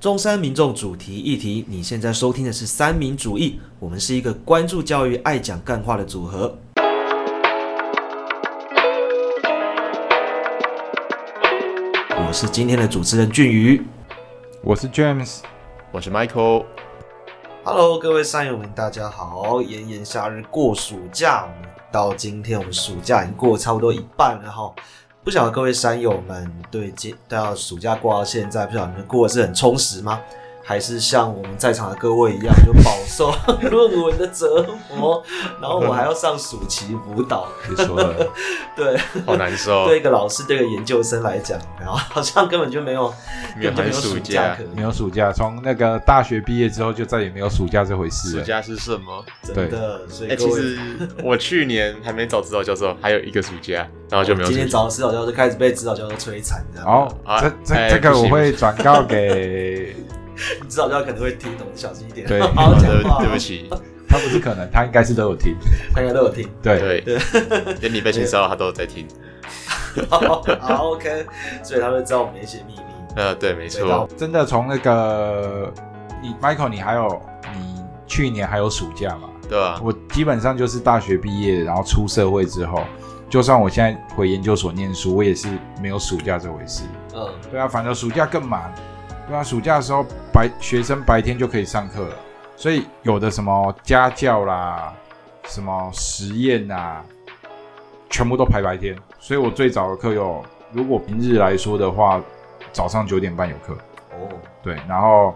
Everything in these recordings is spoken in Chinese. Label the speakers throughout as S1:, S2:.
S1: 中山民众主题议题，你现在收听的是三民主义，我们是一个关注教育、爱讲干话的组合。我是今天的主持人俊宇。
S2: 我是 James，
S3: 我是 Michael，
S1: Hello，各位山友们，大家好！炎炎夏日过暑假，我们到今天我们暑假已经过了差不多一半了哈。不晓得各位山友们对接到暑假过到现在，不晓得你们过得是很充实吗？还是像我们在场的各位一样，就饱受论文的折磨，然后我还要上暑期辅导，
S2: 你说了，
S1: 对，
S3: 好难受，
S1: 对一个老师、对一个研究生来讲，然后好像根本就没有，
S3: 没有
S1: 根本就没有
S3: 寒
S1: 暑
S3: 暑假
S1: 可，以
S2: 没有暑假，从那个大学毕业之后就再也没有暑假这回事
S3: 暑
S2: 了。
S3: 假是什么？
S1: 真的，所
S3: 哎、
S1: 以各
S3: 其
S1: 位。
S3: 实我去年还没找指导教授，还有一个暑假，然后就没有
S1: 哦今天
S3: 暑假。
S1: 找到指导教授开始被指导教授摧残，这样。
S2: 好，
S3: 啊
S2: 这这
S3: 哎
S2: 这
S3: 不
S2: 个
S3: 行
S2: 我会转告给
S1: 指导教授可能会听懂，小心一点。
S2: 对
S1: 好
S3: 好
S1: 好讲
S3: 对
S1: 话。
S3: 对不，起，
S2: 他，不是可能，他应该是都有听。
S1: 大家都有听。
S2: 对，
S3: 对， 连你被性骚扰他都有在听。
S1: 好好，OK，所以他会知道我们的一些秘密。
S3: 呃，对，没
S1: 对到
S3: 错，
S2: 真的从那个你 Michael，你还有你去年还有暑假嘛？
S3: 对啊，
S2: 我基本上就是大学毕业，然后出社会之后，就算我现在回研究所念书，我也是没有暑假这回事。
S1: 嗯，
S2: 对啊，反正暑假更忙。对啊，暑假的时候白学生白天就可以上课了，所以有的什么家教啦，什么实验啊，全部都排白天。所以我最早的课有，如果平日来说的话，早上九点半有课，
S1: 哦，
S2: 对，然后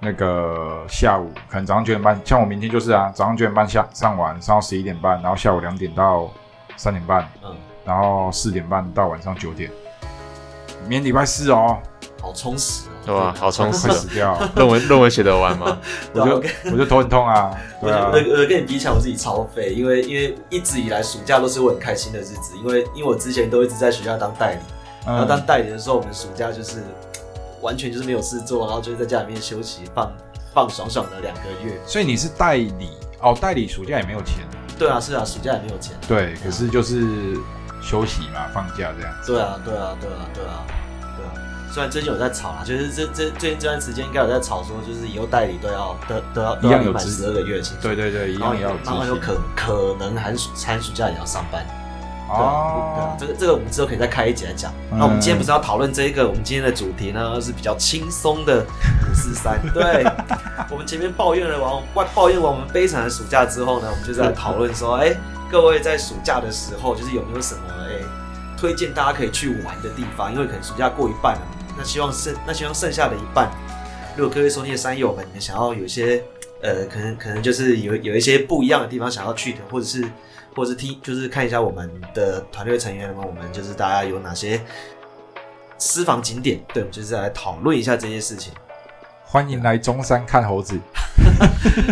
S2: 那个下午可能早上九点半，像我明天就是啊，早上九点半下上完，上到十一点半，然后下午两点到三点半，
S1: 嗯，
S2: 然后四点半到晚上九点。明天礼拜四哦，
S1: 好充实哦。
S3: 对吧、好 充实
S2: 快
S3: 哦。
S2: 死掉了，
S3: 论文论文写得完吗？
S1: 对
S2: 我
S1: 啊
S2: 就
S1: 我跟
S2: 我就头很 痛啊，
S1: 我
S2: 对啊
S1: 我，我跟你比起来，我自己超废，因为因为一直以来暑假都是我很开心的日子，因为因为我之前都一直在学校当代理，
S2: 嗯
S1: 然后当代理的时候，我们暑假就是完全就是没有事做，然后就是在家里面休息放放爽爽的两个月。
S2: 所以你是代理哦，代理暑假也没有钱，
S1: 对啊，是啊，暑假也没有钱。
S2: 对，可是就是休息嘛，放假这样子，
S1: 对啊，对啊，对啊，对啊，对啊。虽然最近有在吵啦，就是这这最近这段时间应该有在吵说，就是以后代理都要都都要都
S2: 一
S1: 要
S2: 样有
S1: 满
S2: 资
S1: 十二个月的薪水，
S2: 对对对，一
S1: 然后
S2: 样也要有
S1: 然后哦
S2: 自
S1: 有
S2: 信
S1: 可可能寒暑寒暑假也要上班。对啊对啊
S2: 哦，
S1: 这个这个我们之后可以再开一集来讲。
S2: 嗯
S1: 那我们今天不是要讨论这一个，我们今天的主题呢是比较轻松的五四三。对，我们前面抱怨了完，抱抱怨完我们悲惨的暑假之后呢，我们就是来讨论说，哎，各位在暑假的时候，就是有没有什么哎推荐大家可以去玩的地方？因为可能暑假过一半了，那希望剩那希望剩下的一半，如果各位收听的山友们，你们想要有一些呃，可能可能就是有有一些不一样的地方想要去的，或者是或者是听，就是看一下我们的团队成员们，我们就是大家有哪些私房景点，对，我们就是来讨论一下这些事情。
S2: 欢迎来中山看猴子，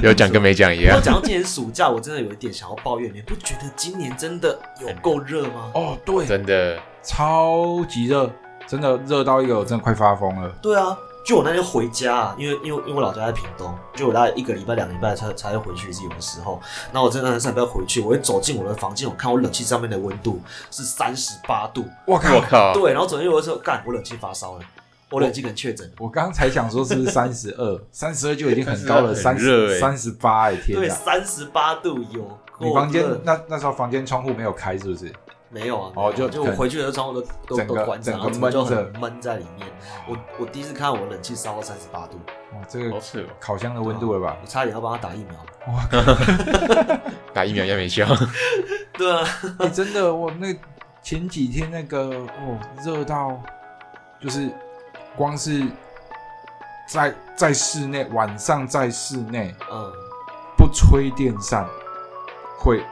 S3: 有讲跟没讲一
S1: 然
S3: 样
S1: 后。讲到今年暑假，我真的有一点想要抱怨，你不觉得今年真的有够热吗？
S2: 哦，对，
S3: 真的，
S2: 超级热，真的热到一个我真的快发疯了，
S1: 对啊，就我那天回家啊，因为因为因为我老家在屏东，就我大概一个礼拜、两个礼拜才才会回去一次，有的时候，那我真的很想不要回去，我会走进我的房间，我看我冷气上面的温度是三十八度，
S2: 我
S3: 我
S2: 靠，
S3: 靠，
S1: 对，然后昨天有的时候，干，我冷气发烧了，
S2: 哦
S1: 我冷气可能确诊，
S2: 我刚才想说是 不是三十二，三十二就已经很高了，
S3: 32
S2: 三
S3: 很热
S2: 十
S3: 欸
S2: 三十八哎，天
S1: 对，
S2: 哪！
S1: 三十八度有够热。
S2: 你房间那那时候房间窗户没有开是不是？
S1: 没有啊？
S2: 哦
S1: 没有啊
S2: 就
S1: 就我回去的时候窗户都都
S2: 整个
S1: 都关着，
S2: 整
S1: 然
S2: 个
S1: 后整个就
S2: 闷着
S1: 很闷在里面。我我第一次看到我冷气烧到三十八度，
S2: 哇，这个
S3: 好扯哦，
S2: 烤箱的温度 了吧？
S1: 我差点要帮他打疫苗。
S3: 打疫苗也 没效，
S1: 对啊，
S2: 你、哎真的，我那前几天那个哦，热到就是光是在在室内，晚上在室内
S1: 嗯，
S2: 不吹电扇会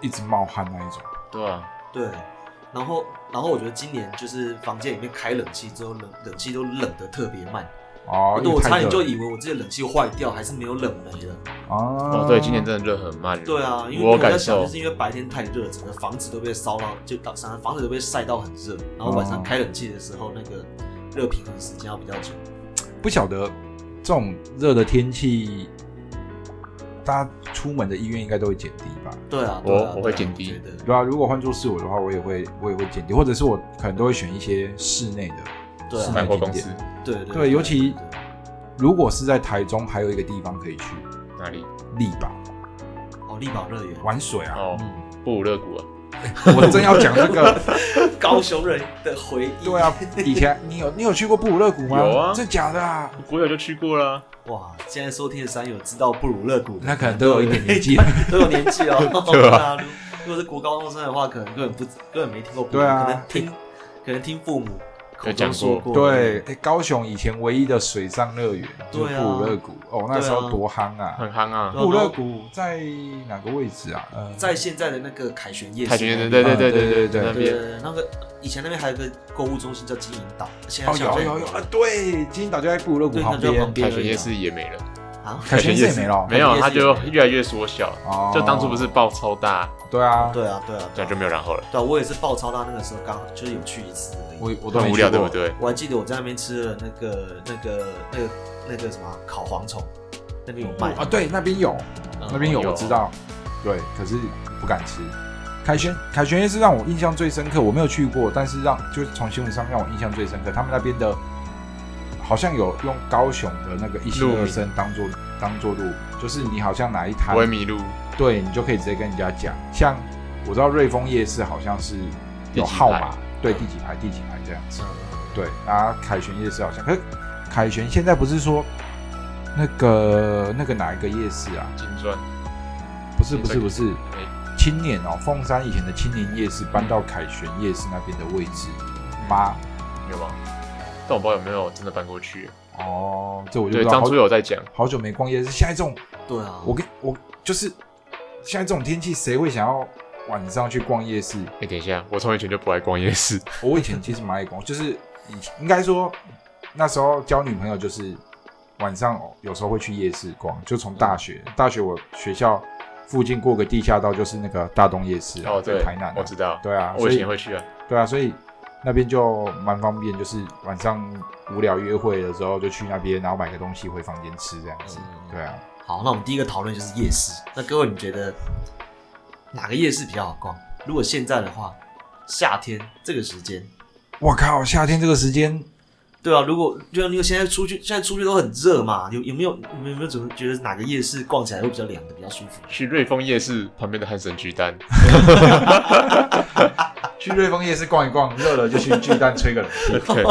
S2: 一直冒汗那一种。
S3: 对啊，
S1: 对。然后然后我觉得今年就是房间里面开冷气之后，冷冷气都冷的特别慢。
S2: 哦，
S1: 对，我差点就
S2: 以
S1: 以为我自己的冷气坏掉，还是没有冷没了。
S2: 哦
S3: 哦，对，今年真的热很慢。
S1: 对啊，因为
S3: 我有
S1: 我在
S3: 感
S1: 想，
S3: 受
S1: 就是因为白天太热，整个房子都被烧到，就到整个房子都被晒到很热，然后晚上
S2: 哦
S1: 开冷气的时候，那个热平衡时间要比较久。
S2: 不晓得这种热的天气，大家出门的意愿应该都会减低吧？
S1: 对啊，
S3: 我
S1: 对啊
S3: 我会减低
S1: 对啊我觉得
S2: 对啊，如果换做是我的话，我也会我也会减低，或者是我可能都会选一些室内的。
S1: 对啊
S2: 是
S3: 百货公司
S1: 对对
S2: 对尤其
S1: 对
S2: 如果是在台中，还有一个地方可以去，
S3: 哪里？
S2: 力宝
S1: 哦，力宝乐园，
S2: 玩水啊。
S3: 哦，
S1: 嗯，
S3: 布鲁勒谷啊，
S2: 我正要讲这个，
S1: 高雄人的回忆，
S2: 对啊，以前你有你有去过布鲁勒谷吗？
S3: 有啊
S2: 真假的啊？
S3: 国小就去过啦。
S1: 哇，现在收听的山友知道布鲁勒谷的，
S2: 那可能都有一点年纪。
S1: 都有年纪 哦。
S3: 对啊
S1: 啊，如如果是国高中生的话，可能根本不根本没听过布鲁，
S2: 对啊
S1: 可能听可能听父母口
S3: 有
S1: 中
S3: 讲
S1: 说过，
S3: 过
S2: 对，哎，高雄以前唯一的水上乐园就是
S1: 对啊
S2: 布鲁勒谷哦，那时候多夯啊！
S3: 很夯啊
S1: 对。
S2: 布鲁勒谷在哪个位置啊？呃，
S1: 在现在的那个凯旋夜市，
S3: 凯旋夜市，对对对对
S2: 对
S3: 对对，那
S1: 啊对对
S3: 边
S1: 对，那个以前那边还有个购物中心叫金银岛，现在
S2: 哦，
S1: 想
S2: 有
S1: 想
S2: 有有啊，对，金岛就在布鲁勒谷
S1: 对，
S2: 旁
S1: 那就在
S2: 边
S1: 旁，边
S3: 凯
S1: 而已啊
S3: 旋夜市也没了，
S1: 啊，
S2: 凯旋夜市也没了。
S3: 没有，啊它
S1: 凯旋夜市也没
S3: 就
S1: 了
S3: 越来越缩小。
S2: 哦
S3: 就当初不是爆超大，
S2: 对啊，
S1: 对啊对啊，
S3: 那
S1: 对啊
S3: 就没有然后了，
S1: 对啊，我也是爆超大那个时候，刚好就是有去一次而已。
S2: 我我都没
S3: 很无
S2: 去
S3: 聊，
S2: 过嗯
S3: 对不？对？
S1: 我还记得我在那边吃了那个、那个、那个、那个什么烤蝗虫，那边有卖
S2: 啊，对，那边有，
S1: 嗯
S2: 那边有，
S3: 有
S2: 我知道。对，可是不敢吃。凯旋凯旋夜市让我印象最深刻，我没有去过，但是让就是从新闻上让我印象最深刻，他们那边的，好像有用高雄的那个一星二声当做当做路，就是你好像哪一摊
S3: 不会迷路，
S2: 对你就可以直接跟人家讲。像我知道瑞丰夜市好像是有
S3: 第几排
S2: 号码，对，第几排第几排这样
S1: 嗯
S2: 子。对，啊，凯旋夜市好像，可是凯旋现在不是说那个那个哪一个夜市啊？
S3: 金砖，
S2: 不是不是不是，
S3: 哎，
S2: 青年哦，凤山以前的青年夜市搬到凯旋夜市那边的位置吗？
S3: 有吗？但我不知道有没有真的搬过去。
S2: 哦，这我就不
S3: 嗯
S2: 知
S3: 对，
S2: 道
S3: 当
S2: 好
S3: 初有在讲，
S2: 好久没逛夜市，现在这种
S1: 对啊，
S2: 我跟我就是现在这种天气，谁会想要晚上去逛夜市？
S3: 哎，等一下，我从以前就不爱逛夜市，
S2: 我以前其实蛮爱逛，就是以前应该说那时候交女朋友就是晚上有时候会去夜市逛，就从大学大学我学校附近过个地下道就是那个大东夜市啊、
S3: 哦，对
S2: 在，台南啊、
S3: 我知道，
S2: 对啊，
S3: 我以
S2: 所
S3: 前会去啊，
S2: 对啊，所以那边就蛮方便，就是晚上无聊约会的时候就去那边，然后买个东西回房间吃这样子。
S1: 嗯
S2: 对啊，
S1: 好，那我们第一个讨论就是夜市。那各位，你觉得哪个夜市比较好逛？如果现在的话，夏天这个时间，
S2: 我靠，夏天这个时间
S1: 对啊，如果就像因为现在出去，现在出去都很热嘛，有有没有你们有没有怎么觉得哪个夜市逛起来会比较凉的，比较舒服？
S3: 去瑞丰夜市旁边的汉神 巨蛋，
S2: 去瑞丰夜市逛一逛，热了就去巨蛋吹个冷 气。
S3: 对，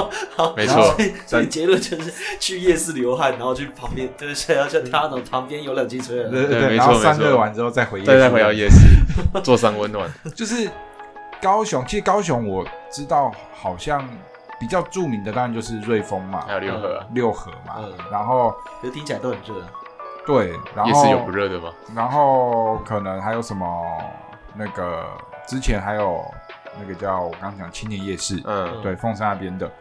S3: 没错
S1: 所以所以结论就是去夜市流汗，然后去旁边，对，是要去他那旁边有冷气吹了。
S2: 对
S3: 对没
S2: 然后
S3: 错
S2: 散
S3: 没错
S2: 热完之后再回夜市，啊
S3: 再再回到夜市，坐山温暖，
S2: 就是高雄，其实高雄我知道好像比较著名的当然就是瑞丰嘛
S3: 还，有六合啊，
S2: 六合嘛，
S1: 嗯
S2: 然后
S1: 可是听起来都很热啊。
S2: 对，然
S3: 夜市有
S2: 后
S3: 不热的吗？
S2: 然后可能还有什么那个之前还有那个叫我刚刚讲青年夜市，
S3: 嗯，
S2: 对，凤山那边的。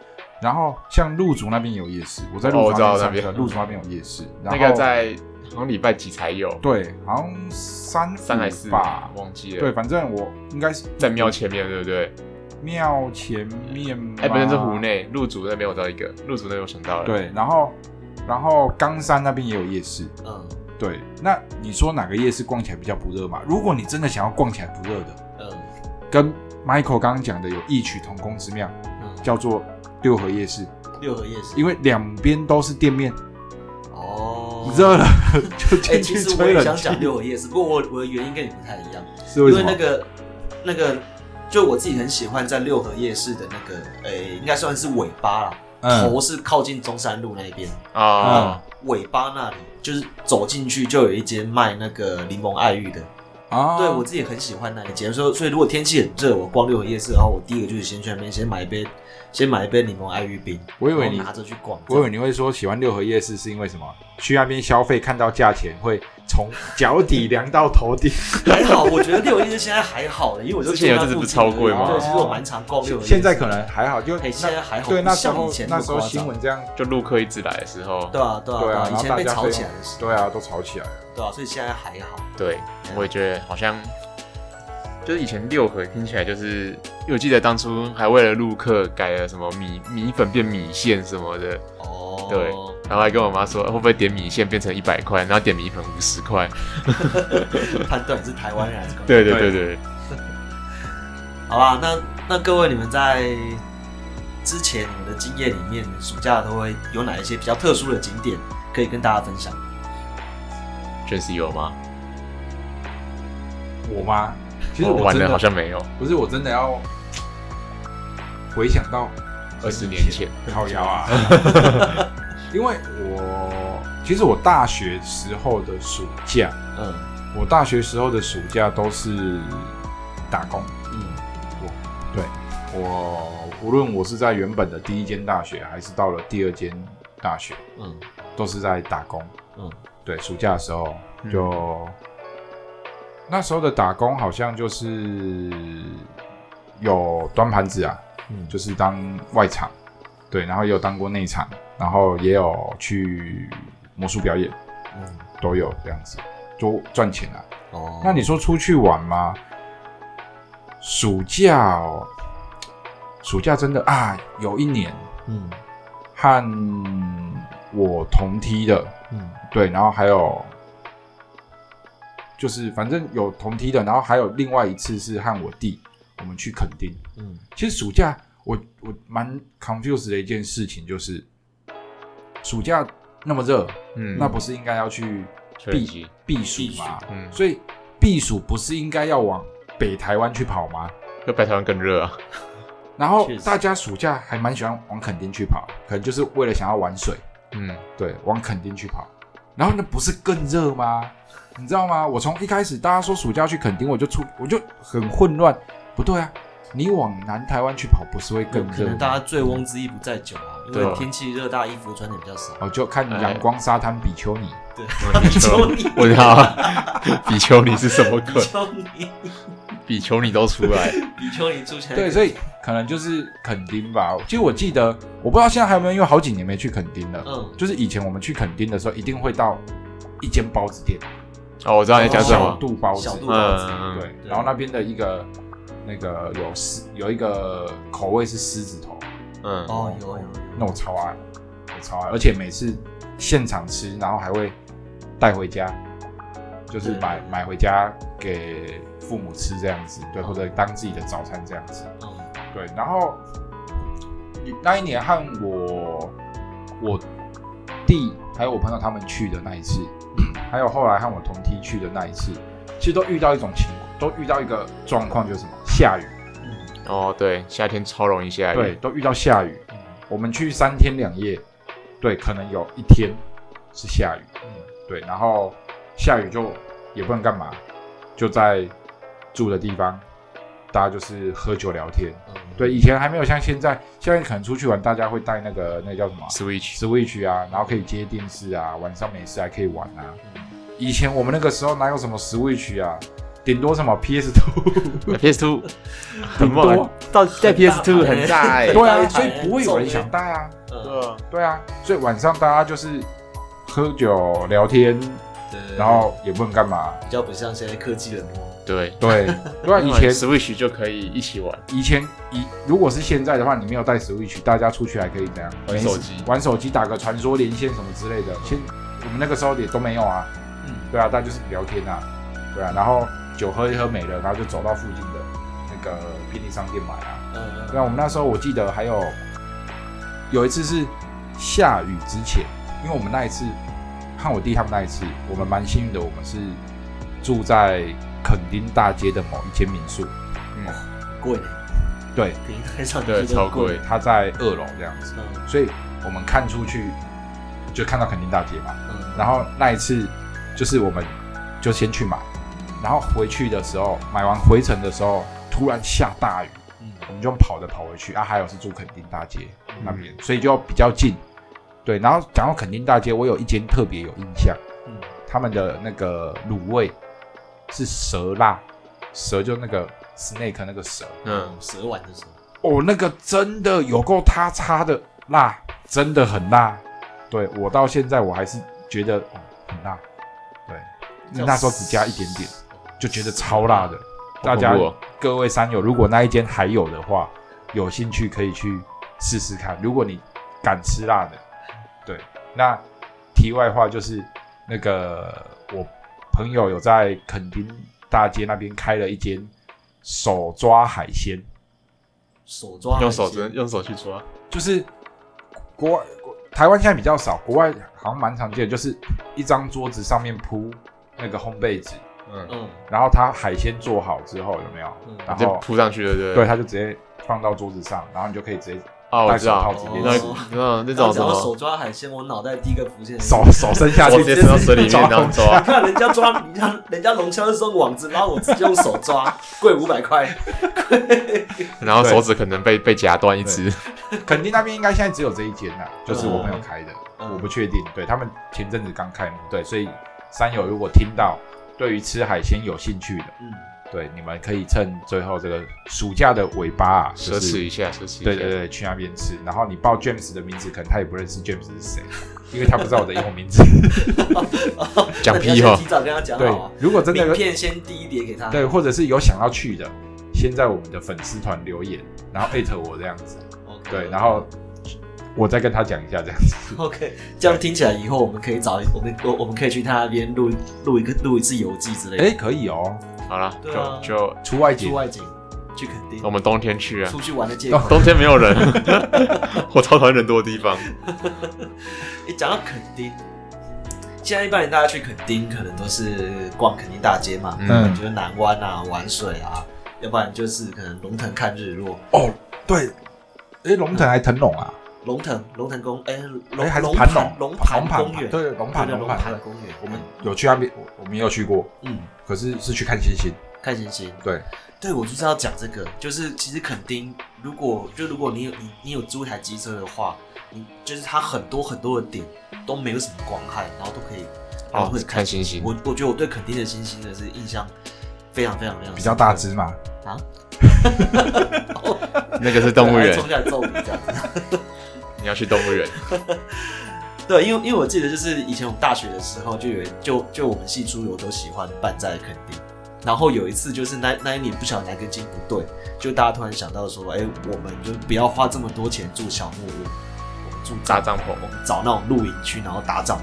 S2: 然后像鹿竹那边有夜市，我在鹿
S3: 哦我
S2: 竹
S3: 知道
S2: 上
S3: 那边
S2: 课鹿竹那边有夜市，然
S3: 那
S2: 后
S3: 个在好像礼拜几才有，
S2: 对，好像三
S3: 三还是
S2: 五吧，
S3: 忘记了，
S2: 对，，反正我应该是
S3: 在庙前面，对不对？
S2: 庙前面吗，
S3: 哎，不是，是湖内鹿竹那边我知道一个，鹿竹那边我想到了，，
S2: 对，然后然后冈山那边也有夜市。
S1: 嗯
S2: 对，那你说哪个夜市逛起来比较不热嘛？如果你真的想要逛起来不热的，
S1: 嗯
S2: 跟 Michael 刚刚讲的有异曲同工之妙，
S1: 嗯，
S2: 叫做六合夜市，
S1: 六合夜市。
S2: 因为两边都是店面，
S1: 哦，
S2: 热了就
S1: 哎、
S2: 进
S1: 其
S2: 去
S1: 实我
S2: 吹
S1: 也
S2: 冷
S1: 想
S2: 气，
S1: 讲六合夜市，不过我我的原因跟你不太一样，
S2: 是为
S1: 因为
S2: 什么？
S1: 那个那个，就我自己很喜欢在六合夜市的那个，哎，应该算是尾巴啦，
S2: 嗯
S1: 头是靠近中山路那边，
S3: 啊，
S1: 尾巴那里就是走进去就有一间卖那个柠檬爱玉的，
S2: 啊，
S1: 对我自己很喜欢那一间，所以所以如果天气很热，我逛六合夜市的话，我第一个就是先去那边先买一杯，先买一杯柠檬爱玉冰，
S2: 我以为
S1: 然后
S2: 你
S1: 拿着去逛，
S2: 我以为你会说喜欢六合夜市是因为什么？去那边消费看到价钱会从脚底量到头顶，
S1: 还好，我觉得六合夜市现在还好了，因为我就
S3: 之前有
S1: 住 那
S3: 这次不
S1: 附近而已
S3: 超贵
S2: 吗
S1: 对，其实我蛮常逛六合夜市，
S2: 现在可能还好，就
S1: 哎
S2: 那
S1: 现在还好，
S2: 对
S1: 不
S2: 那时
S1: 像
S2: 候
S1: 以前
S2: 那
S1: 么
S2: 时候
S1: 夸张
S2: 新闻这样，
S3: 就陆客一直来的时候，
S1: 对啊，对啊，
S2: 对
S1: 啊
S2: 啊，
S1: 以
S2: 然后
S1: 前
S2: 大
S1: 被
S2: 家
S1: 炒
S2: 会
S1: 起来的时候，
S2: 对啊，都吵起来了。
S1: 对啊，所以现在还好。
S3: 对，我也觉得好像就是以前六合听起来就是，因为我记得当初还为了陆客改了什么米米粉变米线什么的，
S1: 哦，
S3: 对然后还跟我妈说、呃会不会点米线变成一百块，然后点米粉五十块，
S1: 判断你是台湾人还是
S3: 对对对对，
S1: 好吧，那那各位你们在之前你们的经验里面，暑假都会有哪一些比较特殊的景点可以跟大家分享？
S3: 确实有吗？
S2: 我吗？其实
S3: 我
S2: 我
S3: 玩
S2: 真
S3: 的
S2: 的
S3: 哦好像没有，
S2: 不是，我真的要回想到
S3: 二十年前，
S2: 靠腰啊，因为我其实我大学时候的暑假，
S1: 嗯
S2: 我大学时候的暑假都是打工。
S1: 嗯
S2: 我无论我是在原本的第一间大学，还是到了第二间大学，
S1: 嗯
S2: 都是在打工。
S1: 嗯，
S2: 对，暑假的时候
S3: 嗯
S2: 就、那时候的打工好像就是有端盘子啊，
S1: 嗯
S2: 就是当外场，对，然后也有当过内场，然后也有去魔术表演，
S1: 嗯
S2: 都有这样子，就赚钱啊。
S1: 哦，
S2: 那你说出去玩吗？暑假哦，暑假真的啊，有一年
S1: 嗯
S2: 和我同梯的，
S1: 嗯
S2: 对，然后还有就是反正有同梯的，然后还有另外一次是和我弟，我们去垦丁。
S1: 嗯
S2: 其实暑假我我蛮 confused 的一件事情就是，暑假那么热，
S3: 嗯，
S2: 那不是应该要去
S3: 吹冷
S2: 避
S3: 气
S2: 避暑吗？
S3: 嗯，
S2: 所以避暑不是应该要往北台湾去跑吗？
S3: 就白台湾更热啊，
S2: 然后
S1: 确实
S2: 大家暑假还蛮喜欢往垦丁去跑，可能就是为了想要玩水，
S3: 嗯，
S2: 对，往垦丁去跑。然后那不是更热吗？你知道吗？我从一开始大家说暑假去垦丁，我就出我就很混乱。不对啊，你往南台湾去跑不是会更
S1: 有可
S2: 热
S1: 能
S2: 吗？
S1: 大家醉翁之意不在酒啊，因
S3: 对啊
S1: 为天气热，大家衣服穿的比较少。
S2: 哦，就看阳光沙滩比丘尼。
S3: 比
S1: 求
S3: 丘
S1: 你，
S3: 我知道啊，比丘尼是什么 鬼？
S1: 求你，
S3: 比丘尼都出来，
S1: 比丘尼出钱。
S2: 对，所以可能就是垦丁吧。其实我记得，我不知道现在还有没有，因为好几年没去垦丁了。
S1: 嗯
S2: 就是以前我们去垦丁的时候，一定会到一间包子店，
S3: 哦，我知道你在讲什
S2: 小
S3: 么，
S2: 肚包子
S1: 小，肚包子，
S3: 嗯，
S2: 对
S3: 嗯，
S2: 然后那边的一个那个有狮，有一个口味是狮子头，
S3: 嗯嗯，
S1: 哦，有有
S2: 那我超爱，我超爱，而且每次现场吃，然后还会带回家，就是
S1: 对
S2: 买买回家给父母吃这样子，对，或者当自己的早餐这样子。
S1: 有，嗯
S2: 对，然后那一年和我我弟还有我朋友他们去的那一次，嗯还有后来和我同梯去的那一次，其实都遇到一种情况，都遇到一个状况，就是什么下雨，
S3: 哦，对，夏天超容易下
S2: 对，
S3: 雨，
S2: 都遇到下雨。我们去三天两夜，对，可能有一天是下雨，嗯对，然后下雨就也不能干嘛，就在住的地方，大家就是喝酒聊天，
S1: 嗯，
S2: 对，以前还没有像现在，现在可能出去玩，大家会带那个那叫什么
S3: Switch，
S2: Switch 啊，然后可以接电视啊，晚上没事还可以玩啊。以前我们那个时候哪有什么 Switch 啊，顶多什么 PS Two，
S3: PS Two 很
S2: 顶多
S3: 猛
S1: 嗯
S3: 啊，到带 PS Two 很大哎，
S2: 对 啊，
S1: 大
S2: 所以
S1: 牌
S2: 不会有人
S1: 重
S2: 想带啊，
S1: 嗯，
S3: 啊，
S2: 对啊，所以晚上大家就是喝酒聊天，
S1: 对，
S2: 然后也不能干嘛，
S1: 比较不像现在科技冷漠，
S3: 对，
S2: 对，对啊，以前
S3: Switch 就可以一起玩，
S2: 以前以如果是现在的话，你没有带 Switch，大家出去还可以怎样？
S3: 玩手机
S2: 玩手机打个传说连线什么之类的。现我们那个时候也都没有啊，
S1: 嗯，
S2: 对啊，大家就是聊天啊，对啊，然后酒喝一喝没了，然后就走到附近的那个便利商店买啊。
S1: 嗯
S2: 对啊，我们那时候我记得还有有一次是下雨之前，因为我们那一次和我弟他们那一次，我们蛮幸运的，我们是住在垦丁大街的某一间民宿，
S3: 嗯，
S1: 贵呢，
S2: 对，
S1: 平台上
S3: 对，
S1: 超
S3: 超贵，
S2: 它在二楼这样子。
S1: 嗯
S2: 所以我们看出去就看到垦丁大街嘛。
S1: 嗯，
S2: 然后那一次就是我们就先去买，然后回去的时候买完回程的时候突然下大雨，
S1: 嗯
S2: 我们就用跑的跑回去啊。还有是住垦丁大街那边，所以就比较近。对，然后讲到垦丁大街，我有一间特别有印象，
S1: 嗯
S2: 他们的那个卤味是蛇辣，蛇就那个 snake 那个蛇，
S3: 嗯，
S1: 蛇丸的时候，
S2: 哦，那个真的有够他叉的辣，真的很辣。对我到现在我还是觉得哦很辣，对，那时候只加一点点就觉得超辣的。大家、
S3: 好恐怖哦
S2: 各位山友，如果那一间还有的话，有兴趣可以去试试看。如果你敢吃辣的，对，那题外话就是那个我朋友有在垦丁大街那边开了一间手抓海鲜。
S1: 手抓
S3: 用手指用手去抓，
S2: 就是国外国台湾现在比较少，国外好像蛮常见的，就是一张桌子上面铺那个烘焙纸，
S3: 嗯，
S1: 嗯，
S2: 然后它海鲜做好之后有没有
S1: 嗯？
S2: 然
S3: 就
S2: 后
S3: 铺上去了，对不
S2: 对，它就直接放到桌子上，然后你就可以直接
S3: 哦，我知道
S2: 戴手套，
S1: 直接
S3: 那
S1: 吃
S3: 那那
S1: 然
S3: 种
S1: 后
S3: 什
S1: 讲到
S3: 么，
S1: 手抓海鲜，我脑袋第一个浮现的是
S2: 手手伸下
S3: 我
S2: 去，
S3: 直接伸到水里面
S2: 抓
S3: 然后抓
S1: 你。看人家抓，人家人家龙虾是用网子拉，我直接用手抓， 贵五百块。
S3: 然后手指可能被被夹断一 只，
S2: 肯定那边应该现在只有这一间啦，就是我朋友开的，
S1: 嗯
S2: 我不确定。对他们前阵子刚开幕，对，所以山友如果听到对于吃海鲜有兴趣的，
S1: 嗯，
S2: 对，你们可以趁最后这个暑假的尾巴啊，
S3: 奢
S2: 就
S3: 侈
S2: 是
S3: 一下，奢侈一下。
S2: 对对对，去那边吃。然后你报 James 的名字，可能他也不认识 James 是谁，因为他不知道我的英文 名字。
S3: 讲
S1: 那你
S3: 屁哦
S1: 要
S3: 话
S1: 先提早跟他讲
S2: 对
S1: 好啊，，
S2: 如果真的
S1: 名
S2: 有
S1: 片啊先递一叠给他。
S2: 对，或者是有想要去的，先在我们的粉丝团留言，然后艾特我这样子。
S1: OK，
S2: 对，然后我再跟他讲一下这样子。
S1: OK，这样听起来以后我们可以找我们我我们可以去他那边录录一个录一次游记之类的。
S2: 哎，可以哦，
S3: 好了，
S1: 对啊
S3: 就就
S2: 出外景
S1: 出。外景去垦丁
S3: 我，们冬天去啊，
S1: 出去玩的借口。
S3: 冬天没有人， 我超讨厌人多的地方。
S1: 你讲到垦丁，现在一般人大家去垦丁可能都是逛垦丁大街嘛，
S2: 嗯
S1: 就是南湾啊、玩水啊，要不然就是可能龙腾看日落。
S2: 哦，对，哎，龙腾还腾龙啊，
S1: 龙腾龙腾公，哎，龙
S2: 哎，还是
S1: 龙
S2: 盘
S1: 盘
S2: 龙，
S1: 龙
S2: 盘
S1: 盘
S2: 盘
S1: 公园，
S2: 对，龙盘
S1: 对
S2: 龙
S1: 盘
S2: 盘。
S1: 公园。
S2: 我们有去那边，我我们也有去过，
S1: 嗯，
S2: 可是是去看星星。
S1: 看星星。
S2: 对，
S1: 对，我就是要讲这个，就是其实垦丁，如果就如果你有你你有租一台机车的话，你就是它很多很多的点都没有什么光害，然后都可以，然后
S3: 哦
S1: 会，
S3: 看星星，
S1: 我我觉得我对垦丁的星星真的是印象非常非常非常
S2: 比较大只嘛，
S1: 啊，
S3: 那个是动物
S1: 对
S3: 园
S1: 冲，下来揍你这样子。
S3: 你要去动物园。
S1: 对，因为因为我记得就是以前我们大学的时候就有一就就我们系出游都喜欢办在垦丁，然后有一次就是那那一年不晓得哪根筋不对，就大家突然想到说，哎、我们就不要花这么多钱住小木屋，我们住
S3: 大帐篷
S1: 我们找那种露营区，然后搭帐篷。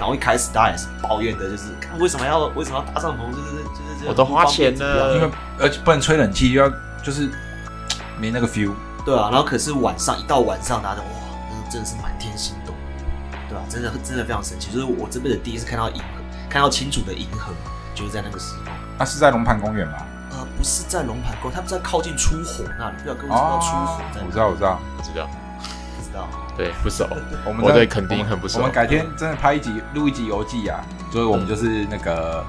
S1: 然后一开始大家也是抱怨的，就是看为什么要为什么要搭帐篷，就是就是就是
S3: 我都花钱了
S1: 嗯
S2: 因为而且不能吹冷气，又要就是没那个 feel。
S1: 对啊，然后可是晚上一到晚上，大家就哇，那真的是满天星斗，对啊，真的真的非常神奇。就是我这辈子第一次看到银河，看到清楚的银河，就是在那个时候。
S2: 那是在龙盘公园吗？
S1: 呃，不是在龙盘沟，它不是在靠近出火那里，不知道跟我讲到出火在哪里、
S2: 哦我知道，我知道。
S3: 不知道，
S1: 不知道。
S3: 对，不熟。
S2: 我们
S3: 我
S2: 真的
S3: 对垦丁很不熟嗯
S2: 我们改天真的拍一集，录一集游记啊，所以我们就是那个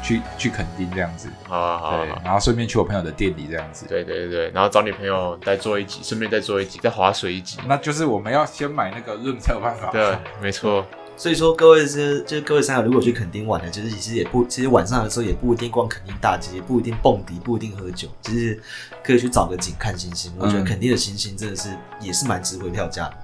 S2: 去去垦丁这样子，
S3: 好啊，好啊
S2: 对
S3: 好啊，。
S2: 然后顺便去我朋友的店里这样子。
S3: 对对对对，然后找你朋友再做一集，顺便再做一集，再划水一集。
S2: 那就是我们要先买那个润才有办法。
S3: 对，啊没错，
S1: 所以说，各位是就是各位山友，如果去垦丁玩的，就是其实也不，其实晚上的时候也不一定逛垦丁大街，也不一定蹦迪，不一定喝酒，其实可以去找个景看星星。我觉得
S2: 嗯
S1: 垦丁的星星真的是也是蛮值回票价的。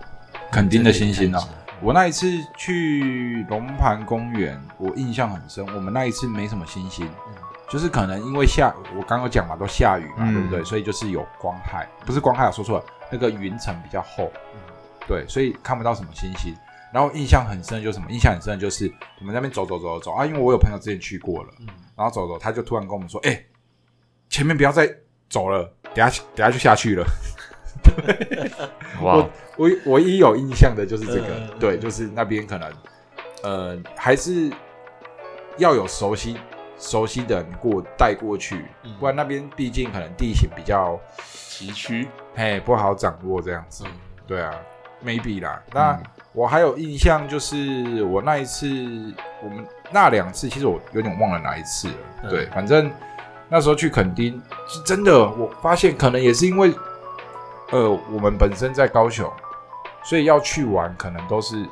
S2: 垦丁的星星
S1: 真的可以看一下。
S2: 哦我那一次去龙盘公园，我印象很深。我们那一次没什么星星，
S1: 嗯
S2: 就是可能因为下，我刚刚讲嘛，都下雨嘛，
S3: 嗯
S2: 对不对？所以就是有光害，不是光害，我说错了，那个云层比较厚，对，所以看不到什么星星。然后印象很深的就是什么？印象很深的就是我们在那边走走走走啊，因为我有朋友之前去过了，
S1: 嗯
S2: 然后走走，他就突然跟我们说：“哎、前面不要再走了，等下等下就下去了。”
S3: 哇
S2: 我，我唯一有印象的就是这个，
S1: 嗯
S2: 对，就是那边可能，呃，还是要有熟悉熟悉的人过带过去，
S1: 嗯
S2: 不然那边毕竟可能地形比较，
S3: 崎岖，
S2: 嘿，不好掌握这样子。
S1: 嗯
S2: 对啊，maybe 啦。那、我还有印象就是我那一次，我们那两次，其实我有点忘了哪一次了。
S1: 嗯
S2: 对，反正那时候去垦丁是真的，我发现可能也是因为，呃，我们本身在高雄，所以要去玩，可能都是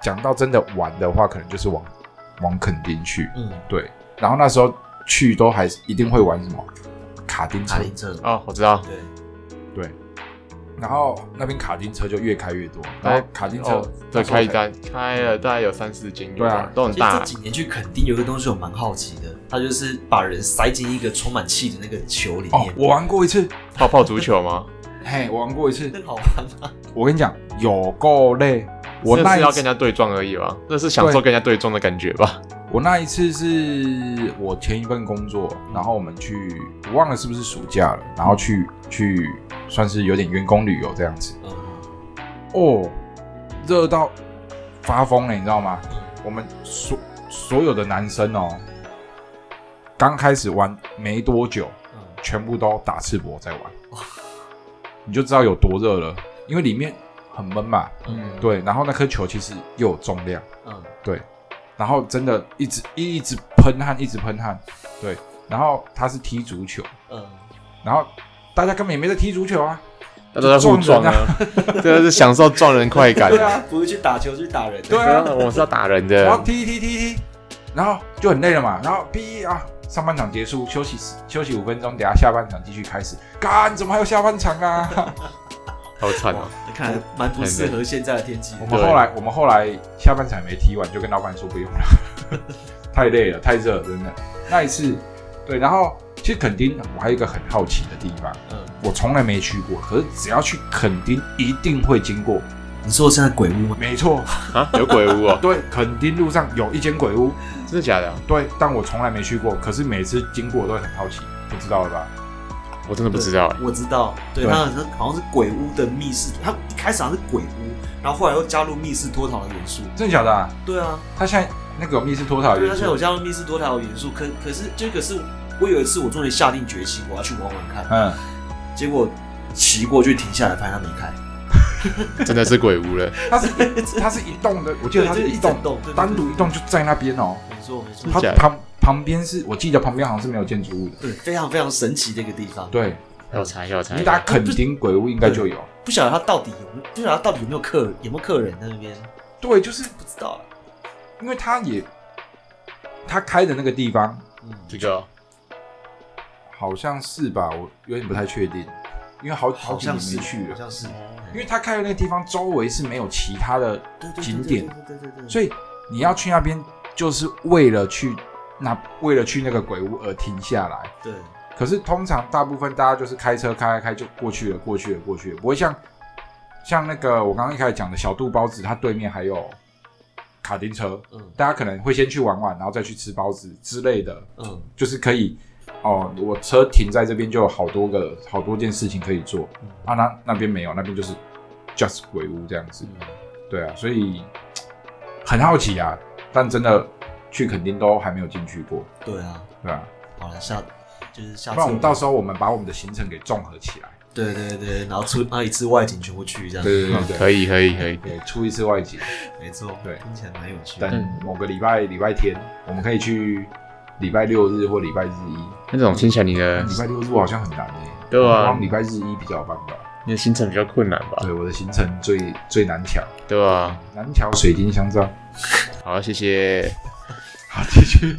S2: 讲到真的玩的话，可能就是往往垦丁去。
S1: 嗯，
S2: 对，然后那时候去都还是一定会玩什么卡丁车
S1: 卡，丁车，
S3: 哦，我知
S2: 啊
S3: 道，
S1: 对，
S2: 对。然后那边卡丁车就越开越多，然后卡丁车、
S3: 哦对，开一单开了大概有三四间有
S2: 对
S3: 吧
S2: 啊，
S3: 都很
S1: 其实
S3: 大
S1: 这。几年去垦丁有个东西我蛮好奇的，它就是把人塞进一个充满气的那个球里
S2: 哦
S1: 面，，
S2: 我玩过一次，
S3: 泡泡足球 吗？
S2: 嘿，我玩过一次
S1: 那。个好玩吗？
S2: 我跟你讲，有够累。我
S3: 那
S2: 那
S3: 是
S2: 一
S3: 要跟人
S2: 次，
S3: 家对撞而已吧？那是享受跟人家对撞的感觉吧？
S2: 我那一次是我前一份工作，然后我们去，我忘了是不是暑假了，然后去去算是有点员工旅游这样子。
S1: 嗯，
S2: 哦，热到发疯了，你知道吗？我们所所有的男生哦，刚开始玩没多久，
S1: 嗯，
S2: 全部都打赤膊在玩，你就知道有多热了，因为里面很闷嘛。
S3: 嗯，
S2: 对，然后那颗球其实又有重量，
S1: 嗯，
S2: 对，然后真的一直一直喷汗，一直喷汗，对，然后他是踢足球，
S1: 嗯，
S2: 然后大家根本也没在踢足球啊，
S3: 大家都在互撞 啊，这是享受撞人快感。
S2: 对啊，
S1: 不是去打球，去打人的。
S2: 对啊
S3: 啊，我是要打人的
S2: 然。后踢踢踢踢，然后就很累了嘛，然后哔啊，上半场结束，休息十休息五分钟，等下下半场继续开始，干，怎么还有下半场啊？
S3: 好惨哦！
S1: 你看来蛮不适合现在的天气的。
S2: 我们后来我们后来下半场也没踢完，就跟老板说不用了， 太累了，太热了，真的。那一次，对，然后其实垦丁我还有一个很好奇的地方，
S1: 嗯，
S2: 我从来没去过，可是只要去垦丁一定会经过。
S1: 你说现在鬼屋吗？
S2: 没 错，
S3: 啊，有鬼屋哦，
S2: 对，垦丁路上有一间鬼屋，
S3: 真的假的啊？
S2: 对，但我从来没去过，可是每次经过我都会很好奇，不知道了吧？
S3: 我真的不知道哎。
S1: 我知道，对，
S2: 对
S1: 它好像好像是鬼屋的密室，它一开始好像是鬼屋，然后后来又加入密室脱逃的元素。
S2: 真的假的、啊？
S1: 对啊，
S2: 他现在那个有密室脱逃
S1: 对，
S2: 元
S1: 它现在有
S2: 素，
S1: 加入密室脱逃的元素，可可是这个是我有一次我终于下定决心我要去玩玩看，
S2: 嗯，
S1: 结果骑过去停下来，发现它没 开。
S3: 真的是鬼屋了，
S2: 它是一它是一栋的，我记得它
S1: 对
S2: 是
S1: 就
S2: 一
S1: 一
S2: 栋
S1: 整栋对对对
S2: 单独一栋就在那边哦，
S1: 没错没错
S2: 它
S3: 真假的
S2: 旁旁边是我记得旁边好像是没有建筑物的，
S1: 对，非常非常神奇的一个地方。
S2: 对，
S3: 要查一下，我查
S2: 你
S3: 一
S2: 打
S3: 下。
S2: 垦丁鬼屋应该就有，
S1: 不晓得他到底有没有，不晓得他到底有没有客人，有没有客人在那边，
S2: 对，就是
S1: 不知道啊。
S2: 因为他也他开的那个地方
S1: 嗯，
S3: 这个哦
S2: 好像是吧，我有点不太确定，因为好
S1: 好
S2: 好久
S1: 像是
S2: 没去
S1: 好
S2: 了。
S1: 像是
S2: 因为他开的那个地方周围是没有其他的，
S1: 哎对对对
S2: 景点
S1: 对对对对对，
S2: 所
S1: 以
S2: 以你要去那边就是为了去那为了去那个鬼屋而停下来。
S1: 对
S2: 可是通常大部分大家就是开车开开开就过去了，过去了，过去了，不会像像那个我刚刚一开始讲的小肚包子，它对面还有卡丁车，
S1: 嗯
S2: 大家可能会先去玩玩，然后再去吃包子之类的，
S1: 嗯
S2: 就是可以哦，我车停在这边就有好多个好多件事情可以做
S1: 嗯
S2: 啊，那那边没有，那边就是 just 鬼屋这样子，
S1: 嗯，
S2: 对啊，所以很好奇啊，但真的去肯定都还没有进去过，
S1: 对啊，
S2: 对啊，
S1: 好了下就是下
S2: 不
S1: 次
S2: 然我们到时候我们把我们的行程给综合起来，
S1: 对对对，然后出那一次外景全部去这样，
S2: 对对对对，
S3: 啊可以可以可以，
S2: 对，出一次外景，
S1: 没错，
S2: 对
S1: 听起来蛮有趣的。
S2: 等某个礼拜礼拜天，我们可以去礼拜六日或礼拜日一，
S3: 那种听起来你的
S2: 礼拜六日我好像很难诶、
S3: 对啊
S2: 我好像礼拜日一比较有办法。
S3: 你的行程比较困难吧？
S2: 对，我的行程最最难巧，
S3: 对吧？
S2: 南桥水晶香皂。
S3: 好，谢谢。
S2: 好，继续。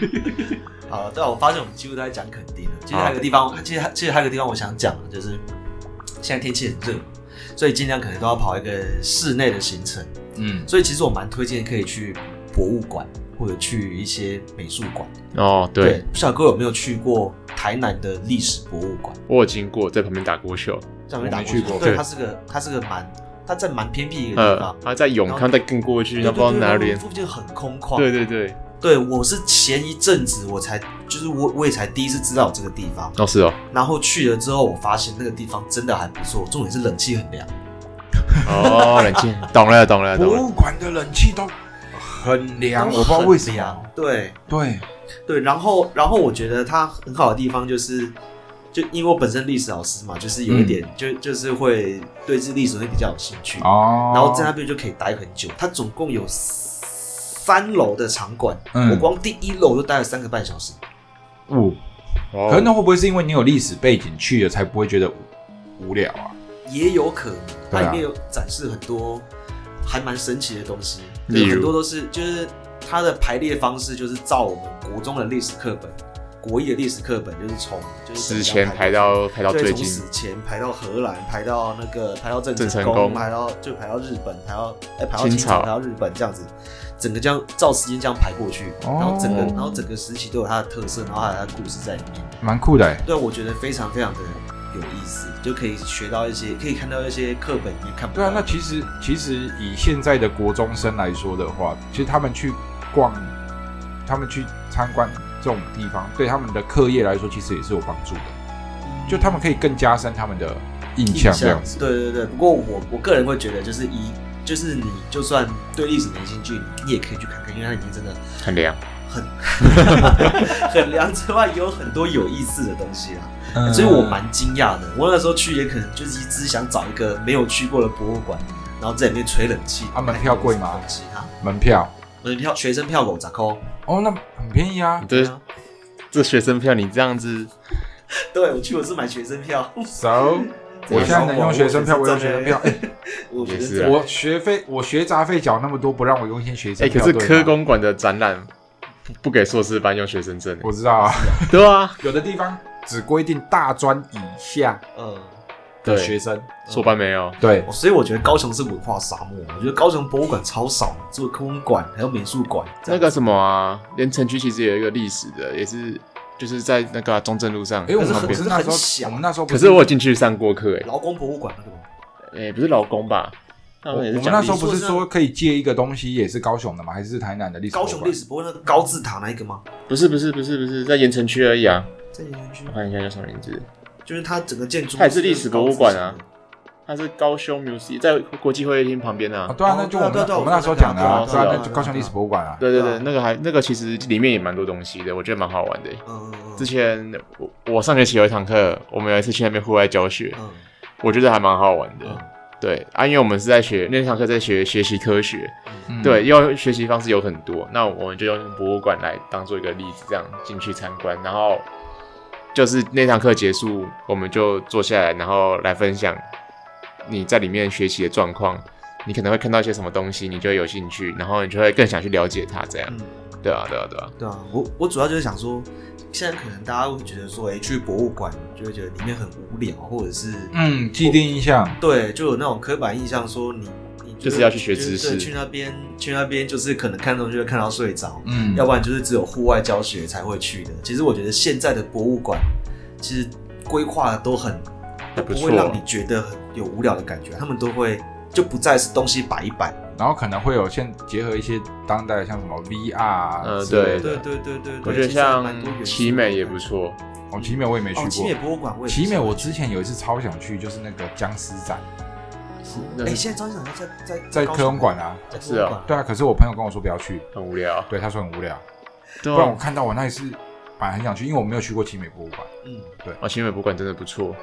S1: 好，对啊，我发现我们几乎都在讲垦丁了。其实还有个地方，其实还其实还有个地方我想讲的，就是现在天气很热，所以尽量可能都要跑一个室内的行程。
S2: 嗯，
S1: 所以其实我蛮推荐可以去博物馆或者去一些美术馆。
S3: 哦，对，
S1: 不晓得各位有没有去过台南的历史博物馆？
S3: 我有经过，在旁边打过球。
S1: 在没打
S2: 我没去过
S1: 对，
S3: 对
S1: 它是个它是个蛮它在蛮偏僻一个地
S3: 呃
S1: 方，，
S3: 他在永康再更过去，
S1: 对
S3: 那不知道
S1: 对对
S3: 哪
S1: 然
S3: 里
S1: 后。附近很空旷。
S3: 对对对，
S1: 对我是前一阵子我才就是我我也才第一次知道有这个地方，
S3: 哦是哦，
S1: 然后去了之后我发现那个地方真的还不错，重点是冷气很凉。
S3: 哦，冷静，懂了懂了
S2: 博
S3: 懂了。
S2: 物馆的冷气都很凉，
S1: 都
S2: 我不知道
S1: 很
S2: 为什么
S1: 凉。对，
S2: 对，
S1: 对，然后然后我觉得它很好的地方就是，就因为我本身历史老师嘛，就是
S2: 嗯
S1: 有一点、就就是会对这历史会比较有兴趣，
S2: 哦
S1: 然后在那边就可以待很久。它总共有三楼的场馆，
S2: 嗯
S1: 我光第一楼就待了三个半小时。
S2: 五，可是那
S3: 哦，
S2: 会不会是因为你有历史背景去了，才不会觉得无无聊啊？
S1: 也有可能，它
S2: 对啊
S1: 里面有展示很多还蛮神奇的东西，
S3: 例
S1: 对，
S3: 如
S1: 很多都是就是它的排列方式就是照我们国中的历史课本。国一的历史课本就是从就是怎么
S3: 之
S1: 样
S3: 前排到排到
S1: 对，
S3: 最
S1: 从
S3: 近，
S1: 史前排到荷兰，排到那个排到郑
S3: 郑成
S1: 成功，
S3: 功
S1: 排到就排到日本，排到哎、排到
S3: 清
S1: 清
S3: 朝
S1: 朝，排到日本这样子，整个这样照时间这样排过去，然后整个
S2: 哦
S1: 然后整个时期都有它的特色，然后还有它的故事在里面。
S2: 蛮酷的欸。
S1: 对，我觉得非常非常的有意思，就可以学到一些，可以看到一些课本里面看不
S2: 对啊
S1: 到，的。
S2: 那其实其实以现在的国中生来说的话，其实他们去逛，他们去参观这种地方，对他们的课业来说，其实也是有帮助的。就他们可以更加深他们的印
S1: 嗯印
S2: 象这样子。
S1: 对对对。不过我我个人会觉得，就是以就是你就算对历史没兴趣，你也可以去看看，因为它已经真的
S3: 很凉。
S1: 很很凉之外，也有很多有意思的东西啦。
S2: 嗯
S1: 所以我蛮惊讶的。我那时候去也可能就是一直想找一个没有去过的博物馆，然后在里面吹冷气。
S2: 啊门票贵
S1: 看
S2: 吗
S1: 看有什么东西啊，
S2: 嗯门票
S1: 门票学生票五十块。
S2: 哦，那很便宜啊
S3: 你，这这学生票，你这样子，
S1: 对，我去我是买学生票，
S2: so, 我现在能用学生票，我用学生票。哎、
S1: 我觉
S3: 也
S1: 得
S3: 是
S1: 这
S3: 啊
S2: 我学费我学杂费缴那么多，不让我用先学
S3: 哎、
S2: 生
S3: 可
S2: 票。
S3: 是
S2: 对吗
S3: 科工馆的展览不不给硕士班用学生证、
S2: 我知道啊，
S3: 对啊，
S2: 有的地方只规定大专以下
S1: 嗯，
S2: 的
S3: 对，
S2: 学生，
S3: 硕班没有，
S2: 对，
S1: 所以我觉得高雄是文化沙漠。我觉得高雄博物馆超少，做科文馆还有美术馆。
S3: 那个什么啊，连城区其实有一个历史的，也是就是在那个啊、中正路上，
S2: 哎、我
S1: 可
S2: 们
S1: 是
S2: 可
S1: 很
S2: 是那
S1: 可
S2: 时
S1: 是很小
S2: 候我们那时候不
S3: 可是我有进去上过课、
S1: 劳工博物馆那个吗
S3: 哎、哎，不是老公吧？他
S2: 我我
S3: 们也是
S2: 们
S3: 讲
S2: 那
S3: 历
S2: 时候
S3: 史，
S2: 不是说可以借一个东西，也是高雄的吗？还是台南的历史博
S1: 高
S2: 物馆？
S1: 雄历史博物馆那个高字塔那一个吗？
S3: 不是不是不是不是在盐城区而已啊，
S1: 在园区
S3: 我，看一下叫什么名字，
S1: 就是它整个建筑
S3: 它也是历史博物馆啊
S1: 高字塔
S3: 它是高雄 Museum，在国际会议厅旁边啊。
S2: 啊，对啊，那就我们
S1: 哦对啊对啊
S2: 我们那时候讲的啊，
S3: 对
S2: 对
S3: 啊
S2: 啊，
S3: 对啊
S2: 那就高雄历史博物馆啊。
S3: 对对
S1: 对
S3: 对
S1: 啊，
S3: 那个还那个其实里面也蛮多东西的，我觉得蛮好玩的。
S1: 嗯嗯嗯
S3: 之前我我上学期有一堂课，我们有一次去那边户外教学，
S1: 嗯
S3: 我觉得还蛮好玩的。
S1: 嗯
S3: 对啊，因为我们是在学那堂课在学学习科学，
S2: 嗯
S3: 对，要学习方式有很多，那我们就用博物馆来当做一个例子，这样进去参观，然后就是那堂课结束，我们就坐下来，然后来分享你在里面学习的状况，你可能会看到一些什么东西，你就会有兴趣，然后你就会更想去了解它，这样。
S1: 嗯，
S3: 对啊，对啊，对啊，
S1: 对啊，我我主要就是想说，现在可能大家会觉得说，哎、去博物馆就会觉得里面很无聊，或者是
S2: 嗯，既定印象，
S1: 对，就有那种刻板印象说你你
S3: 就是要去学知
S1: 就是对
S3: 识
S1: 去那边去那边就是可能看东西会看到睡着，
S2: 嗯，
S1: 要不然就是只有户外教学才会去的。其实我觉得现在的博物馆其实规划的都很
S3: 还
S1: 都不
S3: 不错
S1: 会让你觉得很有无聊的感觉，啊他们都会就不再是东西摆一摆。
S2: 然后可能会有现结合一些当代的像什么 VR 啊，
S3: 嗯
S2: 之类的
S3: 对
S1: 对对对对对，
S3: 我觉得
S1: 其实还蛮
S3: 像
S1: 多元素的
S3: 奇美也不错，
S2: 哦，奇美我也没去
S1: 哦，奇美
S2: 过。
S1: 博物馆我也
S2: 奇美，
S1: 不
S2: 我
S1: 知道
S2: 之前有一次超想去，就是那个僵尸展，
S3: 那
S1: 哎、
S3: 是
S1: 现在张机长在在
S2: 在
S1: 高
S2: 科
S1: 雄
S2: 文馆，啊。
S1: 在科
S3: 是
S1: 文
S3: 啊
S1: 馆
S2: 对啊，可是我朋友跟我说不要去，
S3: 很无聊。
S2: 对，他说很无
S1: 哦
S2: 聊。
S3: 对
S2: 不然我
S3: 啊，
S2: 看到我那一次本来很想去，因为我没有去过奇美博物馆。
S1: 嗯，
S3: 哦，新美博物馆真的不错，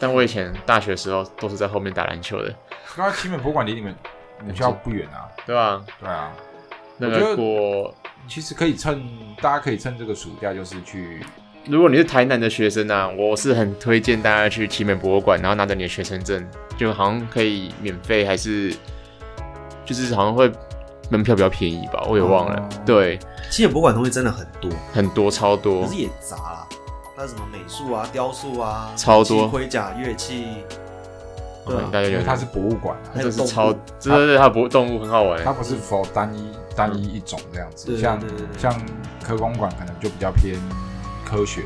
S3: 但我以前大学的时候都是在后面打篮球的，
S2: 刚刚奇美博物馆离你们母校不远啊，
S3: 对吧、
S2: 对啊，
S3: 那
S2: 我觉
S3: 个
S2: 得
S3: 国，
S2: 其实可以趁大家可以趁这个暑假就是去，
S3: 如果你是台南的学生啊，我是很推荐大家去奇美博物馆，然后拿着你的学生证，就好像可以免费，还是就是好像会门票比较便宜吧，我也忘了。
S2: 哦
S3: 对，
S1: 奇美博物馆东西真的很多，
S3: 很多超
S1: 可
S3: 多
S1: 是，也杂啦。那什么美术啊、雕塑啊，
S3: 超多
S1: 漆盔甲、乐器，对啊
S3: 嗯大家
S2: 因
S3: 有
S2: 为它是博物馆啊，
S1: 还
S3: 它
S1: 有
S3: 真
S1: 动
S3: 是
S1: 物哦
S3: 超，真的是它的博动物很好玩
S2: 它。不是否单一单一一种这样
S1: 对
S2: 子，
S1: 对
S2: 像
S1: 对对对
S2: 像科工馆可能就比较偏科学，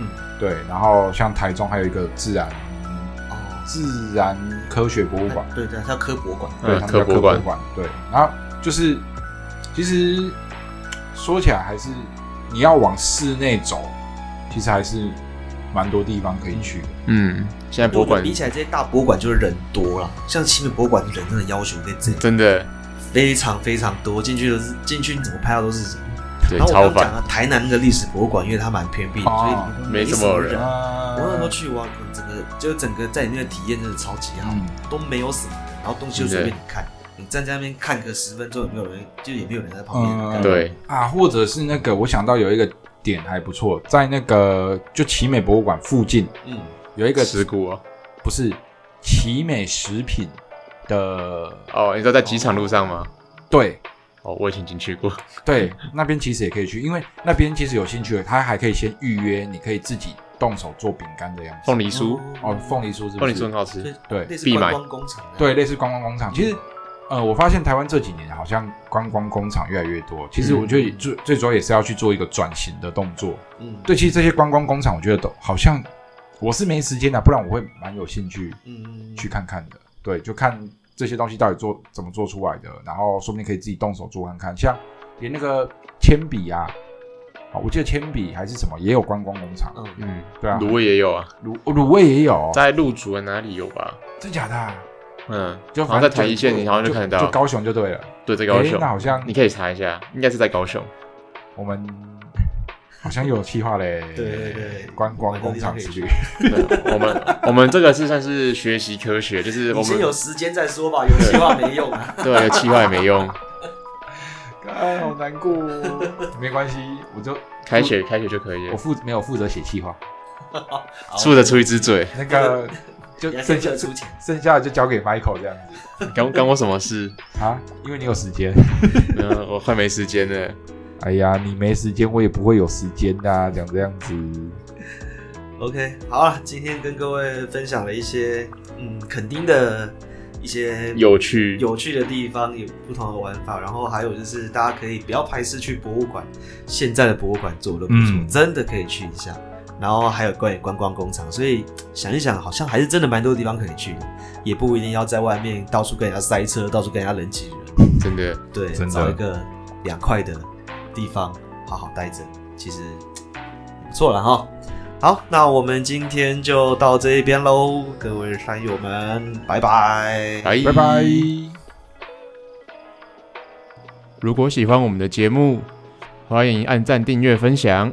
S1: 嗯，
S2: 对，然后像台中还有一个自然
S1: 哦，
S2: 自然科学博物馆，
S1: 对对，它叫科博馆，
S2: 对，
S3: 嗯
S2: 他们
S3: 科
S2: 叫
S3: 博
S2: 科博
S3: 馆
S2: 馆，对，然后就是其实说起来还是你要往室内走，其实还是蛮多地方可以去的。
S3: 嗯，现在博物
S1: 我觉得
S3: 馆
S1: 比起来这些大博物馆就是人多了，像奇美博物馆人真的要求被这
S3: 真的
S1: 非常非常多，进去都是进去你怎么拍到都是人。
S3: 对
S1: 然后
S3: 超
S1: 我刚刚讲
S3: 烦，哦
S1: 了台南那个历史博物馆，因为它蛮偏僻，所以里面都
S3: 没什
S1: 什
S3: 么人
S1: 人。我那时候
S2: 嗯
S1: 去，哇，整个就整个在里面的体验真的超级好。
S2: 嗯，
S1: 都没有什么，然后东西就随便你看，你站在那边看个十分钟，也没有人，就也没有人在旁边看。
S2: 嗯
S3: 对，
S2: 啊，或者是那个，我想到有一个点还不错，在那个就奇美博物馆附近
S1: 嗯，
S2: 有一个
S3: 石鼓哦，
S2: 不是奇美食品的，
S3: 哦，你知道在机场路上吗？
S2: 对
S3: 哦，我以前进去过，
S2: 对，那边其实也可以去，因为那边其实有兴趣的，他还可以先预约，你可以自己动手做饼干的样子。
S3: 凤梨酥，
S2: 哦，凤梨酥是不
S3: 凤
S2: 是？
S3: 梨酥很好吃
S1: 对，
S2: 对
S1: 类似
S3: 必买
S1: 观光工厂啊的。
S2: 对，类似观光工厂。其实，呃，我发现台湾这几年好像观光工厂越来越多。其实
S3: 嗯
S2: 我觉得最最主要也是要去做一个转型的动作。
S1: 嗯，
S2: 对，其实这些观光工厂，我觉得都好像我是没时间的、不然我会蛮有兴趣
S1: 嗯，嗯嗯，
S2: 去看看的。对，就看这些东西到底做怎么做出来的，然后说不定可以自己动手做看看。像连那个铅笔啊，啊，我记得铅笔还是什么也有观光工厂，
S1: 嗯，
S3: 嗯，
S2: 对啊，哦
S3: 卤味也有啊，
S2: 卤卤味也有，
S3: 在鹿竹的哪里有吧？
S2: 真假的啊、
S3: 嗯，
S2: 就
S3: 好像
S2: 反
S3: 在
S2: 正
S3: 台一线，你好像就看得
S2: 就
S3: 到，
S2: 高雄就对了。
S3: 对，在高
S2: 哎，
S3: 雄
S2: 那，好像
S3: 你可以查一下，应该是在 高雄。
S2: 我们 好像有计划嘞。
S1: 对对对
S2: 观光工厂之旅。
S3: 对，我们我们这个是算是学习科学，就是我
S1: 你
S3: 们
S1: 先有时间再说吧，有计划没用啊。
S3: 对有气话也没用，
S2: 哎，好难过。 没关系，我就
S3: 开学开学就可以
S2: 我
S3: 了，
S2: 负没有负责写计划，哦
S3: 竖着出一只嘴，
S2: 那个就
S1: 你还
S2: 剩
S1: 先
S2: 下
S1: 得出钱，
S2: 剩下的就交给 Michael 这样子
S3: 干干我什么事？
S2: 啊，因为你有时间。
S3: 嗯，我快没时间了。
S2: 哎呀，你没时间，我也不会有时间的、啊，讲这样子。
S1: OK，好了，今天跟各位分享了一些嗯，垦丁的一些
S3: 有趣，
S1: 有趣的地方，有不同的玩法，然后还有就是大家可以不要排斥去博物馆，现在的博物馆做的不错，
S2: 嗯
S1: 真的可以去一下。然后还有关于观光工厂，所以想一想，好像还是真的蛮多地方可以去的，也不一定要在外面到处跟人家塞车，到处跟人家人挤人。
S3: 真的
S1: 对，
S2: 真的
S1: 找一个凉快的地方好好待着，其实嗯不错了哈。好，那我们今天就到这一边喽，各位山友们，拜拜。
S3: 拜
S2: 拜拜。
S3: 如果喜欢我们的节目，欢迎按赞、订阅、分享。